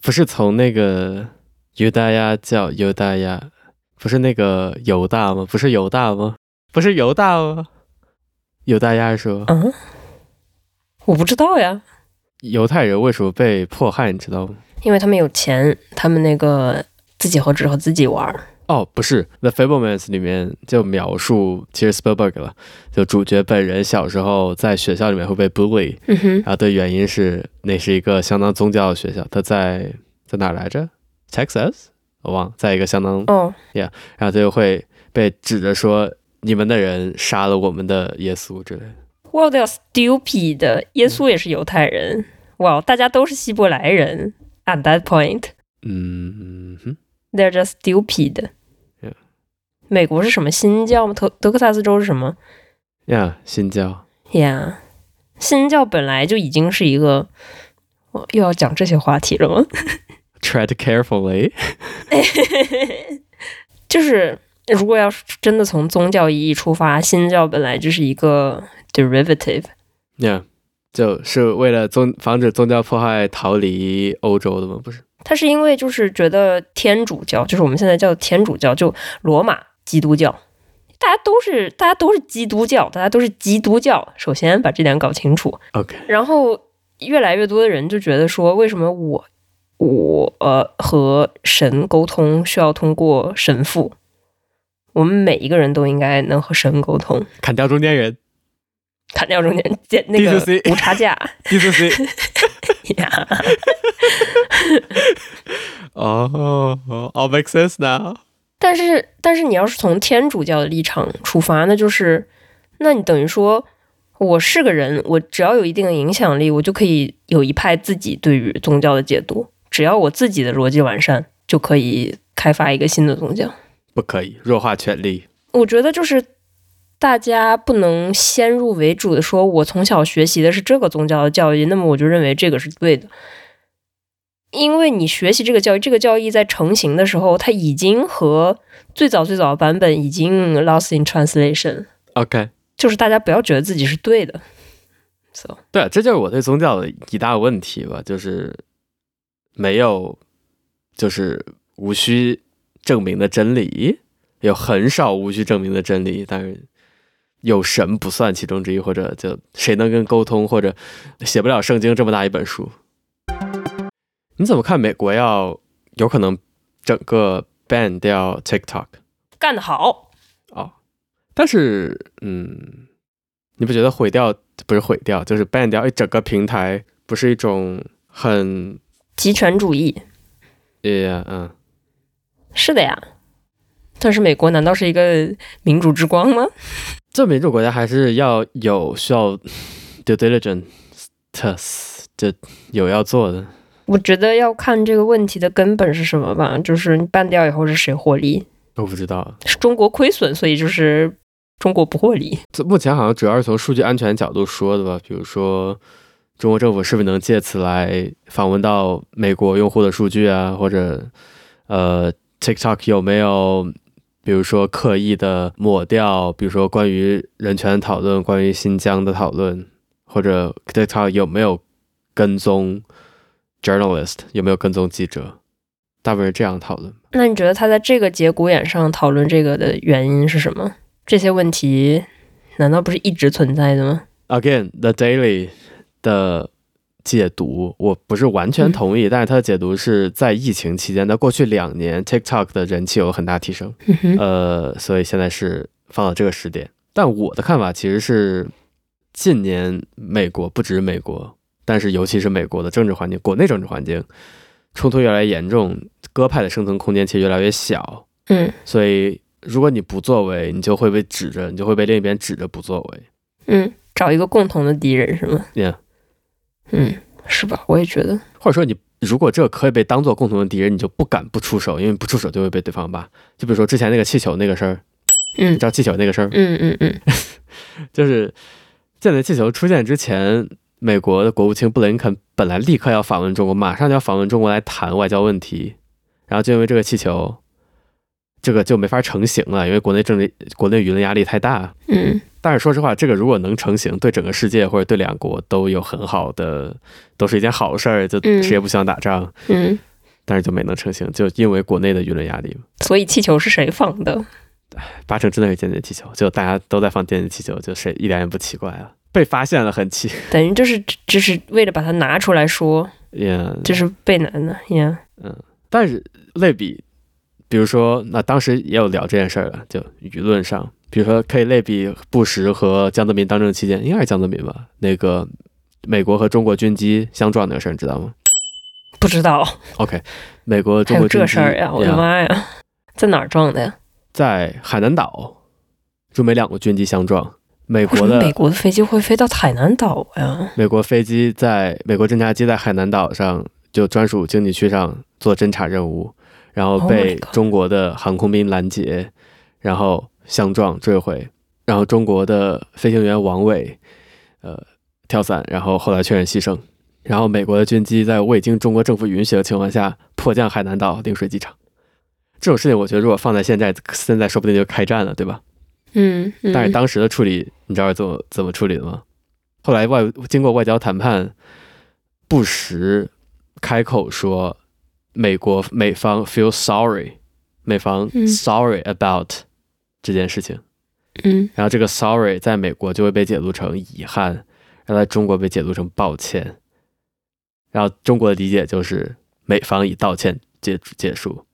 B: 不是从那个犹大亚叫犹大亚，不是那个犹大吗？不是犹大吗？不是犹大吗？犹大亚说，
A: 嗯，我不知道呀，
B: 犹太人为什么被迫害，你知道吗？
A: 因为他们有钱，他们那个自己和只和自己玩儿。
B: 哦，不是，《The Fablemans》里面就描述，其实 Spielberg 了，就主角本人小时候在学校里面会被 bully，
A: 嗯哼，
B: 然后的原因是那是一个相当宗教的学校，他在在哪儿来着？Texas，我忘了，在一个相当，
A: 哦，
B: 然后他就会被指着说你们的人杀了我们的耶稣之类的。
A: 哇，they are stupid！耶稣也是犹太人，哇、哦大家都是希伯来人。At that point,
B: 嗯嗯哼，
A: they're just stupid.
B: Yeah.
A: 美国是什么新教吗？德德克萨斯州是什么
B: 呀，新教，
A: 呀新教本来就已经是一个，我又要讲这些话题了吗？
B: tread carefully。
A: 就是如果要是真的从宗教意义出发，新教本来就是一个 derivative。
B: Yeah，就是为了宗防止宗教迫害逃离欧洲的吗？不是，
A: 它是因为就是觉得天主教，就是我们现在叫天主教，就罗马基督教，大家都是大家都是基督教，大家都是基督教。首先把这点搞清楚。
B: OK
A: 然后越来越多的人就觉得说，为什么我我呃和神沟通需要通过神父？我们每一个人都应该能和神沟通，
B: 砍掉中间人
A: 砍掉中间见那个
B: D2C
A: 无差价
B: d C C。
A: 呀。
B: 哦、哦 a l l makes sense now。
A: 但是，但是你要是从天主教的立场出发，那就是，那你等于说，我是个人，我只要有一定的影响力，我就可以有一派自己对于宗教的解读，只要我自己的逻辑完善，就可以开发一个新的宗教。
B: 不可以弱化权力。
A: 我觉得就是大家不能先入为主的说，我从小学习的是这个宗教的教义，那么我就认为这个是对的。因为你学习这个教育，这个教义在成型的时候，它已经和最早最早的版本已经 lost in translation，
B: OK，
A: 就是大家不要觉得自己是对的。So，
B: 对、啊，这就是我对宗教的一大问题吧，就是没有，就是无需证明的真理，有很少无需证明的真理，但是有神不算其中之一，或者就谁能跟沟通，或者写不了圣经这么大一本书。你怎么看美国要有可能整个 ban 掉 TikTok？
A: 干得好，
B: 哦，但是，嗯，你不觉得毁掉不是毁掉，就是 ban 掉一哎整个平台，不是一种很，
A: 极权主义
B: 呃，嗯，
A: 是的呀。但是美国难道是一个民主之光吗？
B: 这民主国家还是要有需要 due diligence test，这有要做的。
A: 我觉得要看这个问题的根本是什么吧，就是你办掉以后是谁获利？
B: 我不知道，
A: 是中国亏损，所以就是中国不获利。
B: 这目前好像主要是从数据安全角度说的吧，比如说中国政府是不是能借此来访问到美国用户的数据啊，或者呃 TikTok 有没有比如说刻意的抹掉，比如说关于人权讨论、关于新疆的讨论，或者 TikTok 有没有跟踪 journalist，有没有跟踪记者，大部分是这样讨论。
A: 那你觉得他在这个节骨眼上讨论这个的原因是什么？这些问题难道不是一直存在的吗？
B: again the daily 的解读，我不是完全同意，但是他的解读是在疫情期间，在过去两年 TikTok 的人气有很大提升，
A: 嗯哼，
B: 呃，所以现在是放到这个时点。但我的看法其实是，近年美国不止美国，但是尤其是美国的政治环境，国内政治环境冲突越来越严重，鸽派的生存空间其实越来越小。
A: 嗯
B: 所以，如果你不作为，你就会被指着，你就会被另一边指着不作为。
A: 嗯，找一个共同的敌人是吗？
B: Yeah，
A: 嗯，是吧？我也觉得，
B: 或者说你如果这可以被当做共同的敌人，你就不敢不出手，因为不出手就会被对方骂。就比如说之前那个气球那个事儿，你
A: 嗯
B: 知道气球那个事儿吗，
A: 嗯嗯嗯
B: 就是间谍气球出现之前，美国的国务卿布林肯本来立刻要访问中国，马上就要访问中国来谈外交问题，然后就因为这个气球，这个就没法成型了，因为国内政治、国内舆论压力太大。
A: 嗯
B: 但是说实话，这个如果能成型，对整个世界或者对两国都有很好的，都是一件好事儿。就
A: 嗯
B: 谁也不想打仗，
A: 嗯，
B: 但是就没能成型，就因为国内的舆论压力。
A: 所以气球是谁放的？
B: 八成真的是间谍气球，就大家都在放间谍气球，就谁一点也不奇怪了。被发现了很奇，
A: 等于就是就是为了把它拿出来说，
B: 也、
A: 这是被难的呀。
B: 但是类比，比如说，那当时也有聊这件事儿了，就舆论上，比如说可以类比布什和江泽民当政期间，应该是江泽民吧？那个美国和中国军机相撞那个事儿，你知道吗
A: 不知道
B: ？OK，美国
A: 还
B: 中
A: 有
B: 国军
A: 这
B: 机
A: 事儿呀！我的
B: Yeah，
A: 妈呀，在哪儿撞的呀？
B: 在海南岛，中美两国军机相撞，美
A: 为什
B: 国
A: 么
B: 的
A: 美国的飞机会飞到海南岛呀？
B: 美国飞机在美国侦察机在海南岛上就专属经济区上做侦察任务，然后
A: Oh my
B: 被
A: God
B: 中国的航空兵拦截，然后相撞坠毁，然后中国的飞行员王伟，呃，跳伞，然后后来确认牺牲。然后美国的军机在未经中国政府允许的情况下迫降海南岛陵水机场，这种事情我觉得如果放在现在，现在说不定就开战了，对吧？
A: 嗯，嗯
B: 但是当时的处理，你知道怎么怎么处理的吗？后来外经过外交谈判，布什开口说，美国美方 feel sorry，美方
A: 嗯
B: sorry about 这件事情，
A: 嗯
B: 然后这个 sorry 在美国就会被解读成遗憾，然后在中国被解读成抱歉，然后中国的理解就是美方以道歉结结束，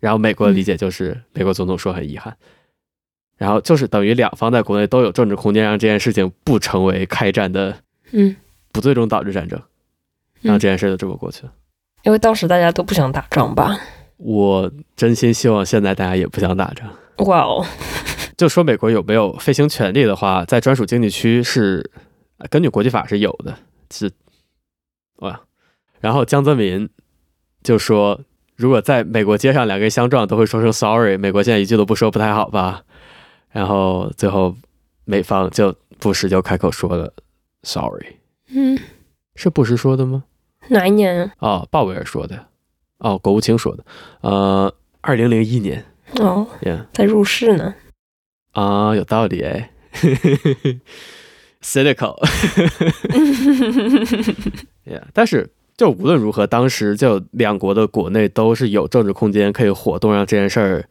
B: 然后美国的理解就是美国总统说很遗憾，然后就是等于两方在国内都有政治空间，让这件事情不成为开战的
A: 嗯，
B: 不最终导致战争，然后这件事就这么过去了。
A: 因为当时大家都不想打仗吧？
B: 我真心希望现在大家也不想打仗。
A: 哇哦，
B: 就说美国有没有飞行权利的话，在专属经济区是呃根据国际法是有的，是哇。然后江泽民就说，如果在美国街上两个人相撞，都会说声 sorry，美国现在一句都不说，不太好吧？然后最后美方就布什就开口说了 sorry，
A: 嗯，
B: 是布什说的吗？
A: 哪一年啊？
B: 哦，鲍威尔说的，哦，国务卿说的，呃，二零零一年，
A: 哦，
B: yeah。
A: 在入世 呢。
B: 啊、有道理哎，cynical，yeah, 但是就无论如何，当时就两国的国内都是有政治空间可以活动，让这件事儿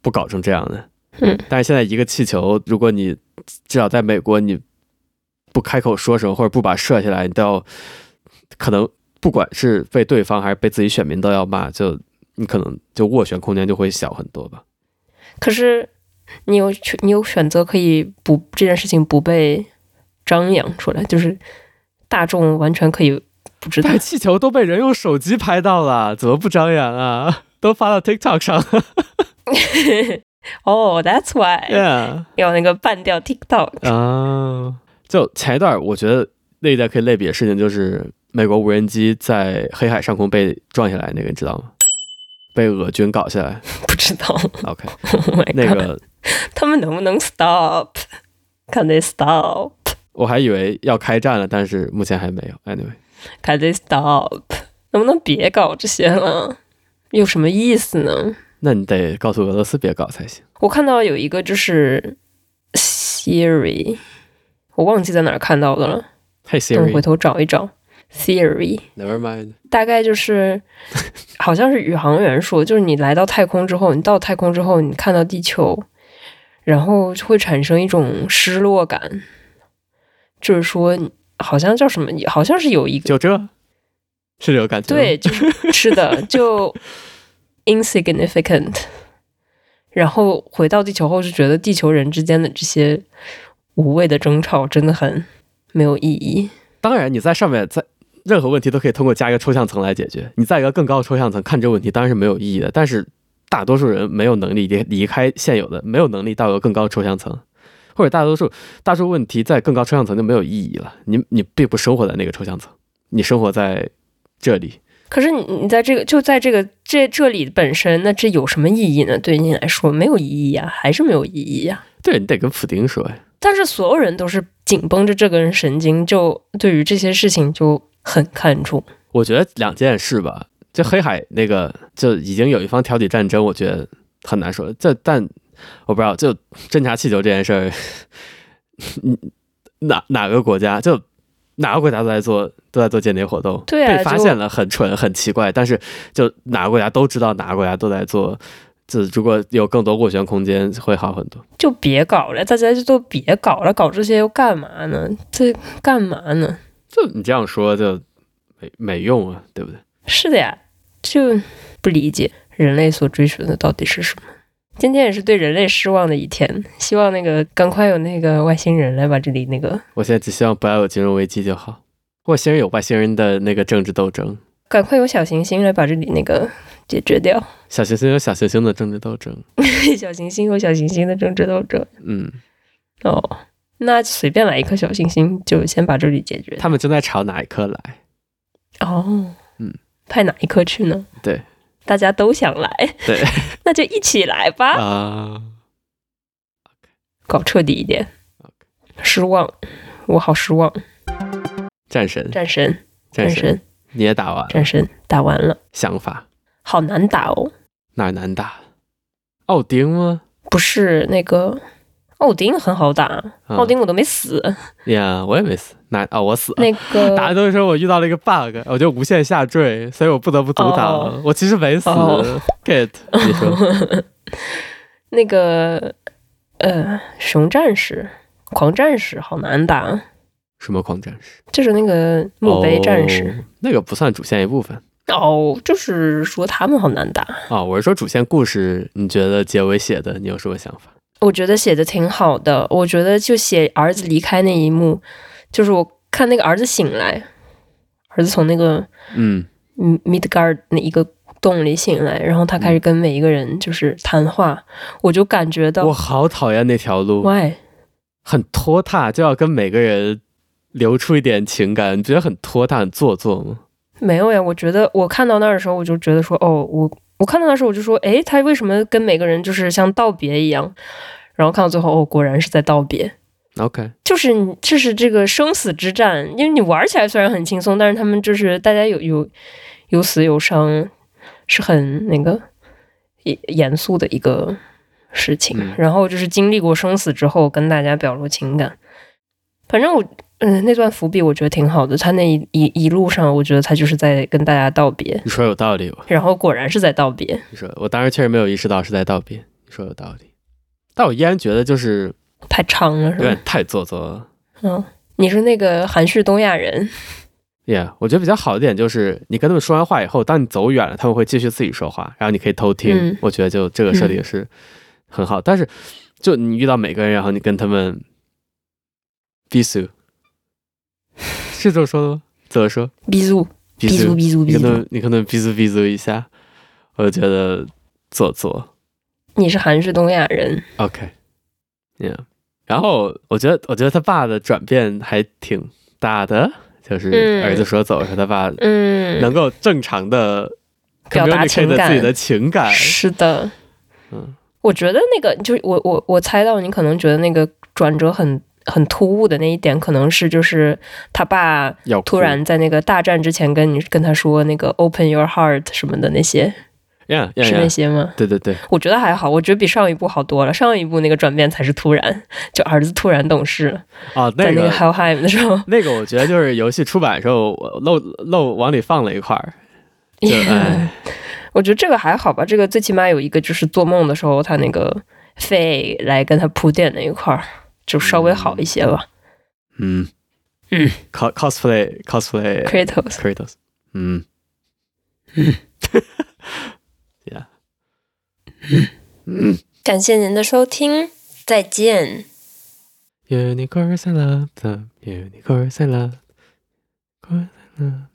B: 不搞成这样的。
A: 嗯
B: 但是现在一个气球，如果你至少在美国你不开口说什么，或者不把它射下来，你都要可能不管是被对方还是被自己选民都要骂，就你可能就斡旋空间就会小很多吧。
A: 可是你有去你有选择可以不这件事情不被张扬出来，就是大众完全可以不知道
B: 带。气球都被人用手机拍到了，怎么不张扬啊？ 都发到 TikTok 上了
A: 哦、t h a t s why
B: ，yeah
A: 要那个半调 TikTok。
B: 啊！就前一段，我觉得那一代可以类比的事情就是美国无人机在黑海上空被撞下来那个，你知道吗？被俄军搞 下来
A: 不知道
B: ，OK，
A: ，Oh my god，
B: 那个
A: 他们能不能 stop？Can they stop?
B: 我还以为要开战了，但是目前还没有。Anyway，
A: Can they stop? 能不能别搞这些了？有什么意思呢？
B: 那你得告诉俄罗斯别搞才行。
A: 我看到有一个就是 Siri，我忘记在哪儿看到的了。
B: Hey
A: 等我回
B: Siri，Never
A: 头找一找 theory，
B: mind。
A: 大概就是好像是宇航员说，就是你来到太空之后，你到太空之后，你看到地球，然后会产生一种失落感，就是说好像叫什么，好像是有一个
B: 就这，是这种感觉。
A: 对，，就是是的，就 insignificant。然后回到地球后，是觉得地球人之间的这些无谓的争吵真的很没有意义。
B: 当然你在上面在任何问题都可以通过加一个抽象层来解决。你在一个更高的抽象层看这个问题，当然是没有意义的。但是大多数人没有能力离离开现有的，没有能力到一个更高的抽象层，或者大多数大多数问题在更高抽象层就没有意义了。你你并不生活在那个抽象层，你生活在这里。
A: 可是你你在这个就在这个这这里本身，那这有什么意义呢？对你来说没有意义呀、还是没有意义呀、
B: 对你得跟普丁说呀。
A: 但是所有人都是紧绷着这根神经，就对于这些事情就很看重。
B: 我觉得两件事吧，这黑海那个就已经有一方挑起战争，我觉得很难说。这但我不知道，就侦察气球这件事儿，你哪哪个国家就哪个国家都在做都在做间谍活动，
A: 对啊
B: 被发
A: 就
B: 现了很蠢很奇怪，但是就哪个国家都知道，哪个国家都在做。就如果有更多斡旋空间，会好很多。
A: 就别搞了，大家就都别搞了，搞这些又干嘛呢？这干嘛呢？
B: 就你这样说就没没用啊，对不对？
A: 是的呀，就不理解人类所追寻的到底是什么。今天也是对人类失望的一天，希望那个赶快有那个外星人来把这里那个，
B: 我现在只希望不要有金融危机就好。外星人有外星人的那个政治斗争，
A: 赶快有小行星来把这里那个解决掉。
B: 小行星有小行星的政治斗争。
A: 小行星有小行星的政治斗争
B: 嗯，
A: 哦，那随便来一颗小行星就先把这里解决。
B: 他们正在朝哪一颗来？
A: 哦，
B: 嗯，
A: 派哪一颗去呢？
B: 对，
A: 大家都想来，
B: 对，
A: 那就一起来吧。
B: 啊，
A: 搞彻底一点
B: OK。
A: 失望，我好失望。
B: 战神，
A: 战神，
B: 战
A: 战
B: 神，啊
A: 神，
B: 你也打完了？
A: 战神，打完了，
B: 想法
A: 好难打哦。
B: 哪儿难打？奥丁吗？
A: 不是那个奥丁很好打，
B: 嗯
A: 奥丁我都没死。
B: 呀，我也没死，哪啊？我死了。
A: 那
B: 打
A: 个
B: 的都是说我遇到了一个 bug，我就无限下坠，所以我不得不阻挡。
A: 哦
B: 我其实没死、
A: 哦
B: g e t 你说
A: 那个呃，熊战士、狂战士好难打，
B: 什么狂战士？
A: 就是那个墓碑战士
B: 哦那个不算主线一部分。
A: 哦，就是说他们好难打。
B: 啊、我是说主线故事，你觉得结尾写的你有什么想法？
A: 我觉得写的挺好的，我觉得就写儿子离开那一幕，就是我看那个儿子醒来，儿子从那个
B: 嗯，
A: 嗯 Midgard 那一个洞里醒来，然后他开始跟每一个人就是谈话，我就感觉到
B: 我好讨厌那条路，
A: 喂，
B: 很拖沓，就要跟每个人留出一点情感，你觉得很拖沓、很做作吗？
A: 没有呀，我觉得我看到那儿的时候，我就觉得说，哦，我我看到那时候我就说，诶，他为什么跟每个人就是像道别一样？然后看到最后，哦，果然是在道别。
B: OK，
A: 就是你，就是这个生死之战，因为你玩起来虽然很轻松，但是他们就是大家有有有死有伤，是很那个严严肃的一个事情。
B: 嗯
A: 然后就是经历过生死之后，跟大家表露情感。反正我嗯、那段伏笔我觉得挺好的。他那一一一路上，我觉得他就是在跟大家道别，
B: 你说有道理吧？
A: 然后果然是在道别。
B: 你说，我当时确实没有意识到是在道别，你说有道理，但我依然觉得就是
A: 太长了，
B: 有
A: 是吧
B: 点？太做作了。
A: 嗯，你是那个含蓄东亚人，
B: Yeah，我觉得比较好的点就是，你跟他们说完话以后，当你走远了，他们会继续自己说话，然后你可以偷听。
A: 嗯
B: 我觉得就这个设定是很好，但是就你遇到每个人，然后你跟他们 b i s u 是这么说的吗？怎么说
A: 逼住，逼
B: b i
A: 住，
B: u
A: 逼住，
B: 你
A: 逼
B: 跟他
A: 住。
B: 们你跟他们 b i u b i u 一下，我就觉得做作。
A: 你是韩式东亚人，
B: OK，Yeah，、然后我觉得我觉得他爸的转变还挺大的，就是
A: 嗯
B: 儿子说走，说他爸
A: 嗯，
B: 能够正常的
A: 表达情
B: communicate
A: 感
B: 自己的情感，
A: 是的，
B: 嗯，
A: 我觉得那个就是我我我猜到你可能觉得那个转折很很突兀的那一点，可能是就是他爸
B: 要哭
A: 突然在那个大战之前跟你跟他说那个 open your heart 什么的那些
B: 呀呀
A: 是那
B: 呀，
A: 些吗？
B: 对对对，
A: 我觉得还好，我觉得比上一部好多了。上一部那个转变才是突然，就儿子突然懂事了，
B: 啊，
A: 在
B: 那
A: 那个
B: 个
A: Hell h i m 的时候，
B: 那个，我觉得就是游戏出版的时候我漏漏往里放了一块儿， 就哎，
A: 我觉得这个还好吧，这个最起码有一个就是做梦的时候，他那个肺来跟他铺垫那一块儿，就稍微好一些吧。
B: 嗯
A: 嗯
B: ，cos cosplay cosplay
A: Kratos，
B: Kratos，嗯，呀，嗯
A: 感谢您的收听，再见。
B: ，Unicorns I love them, Unicorns I love, Unicorns I love。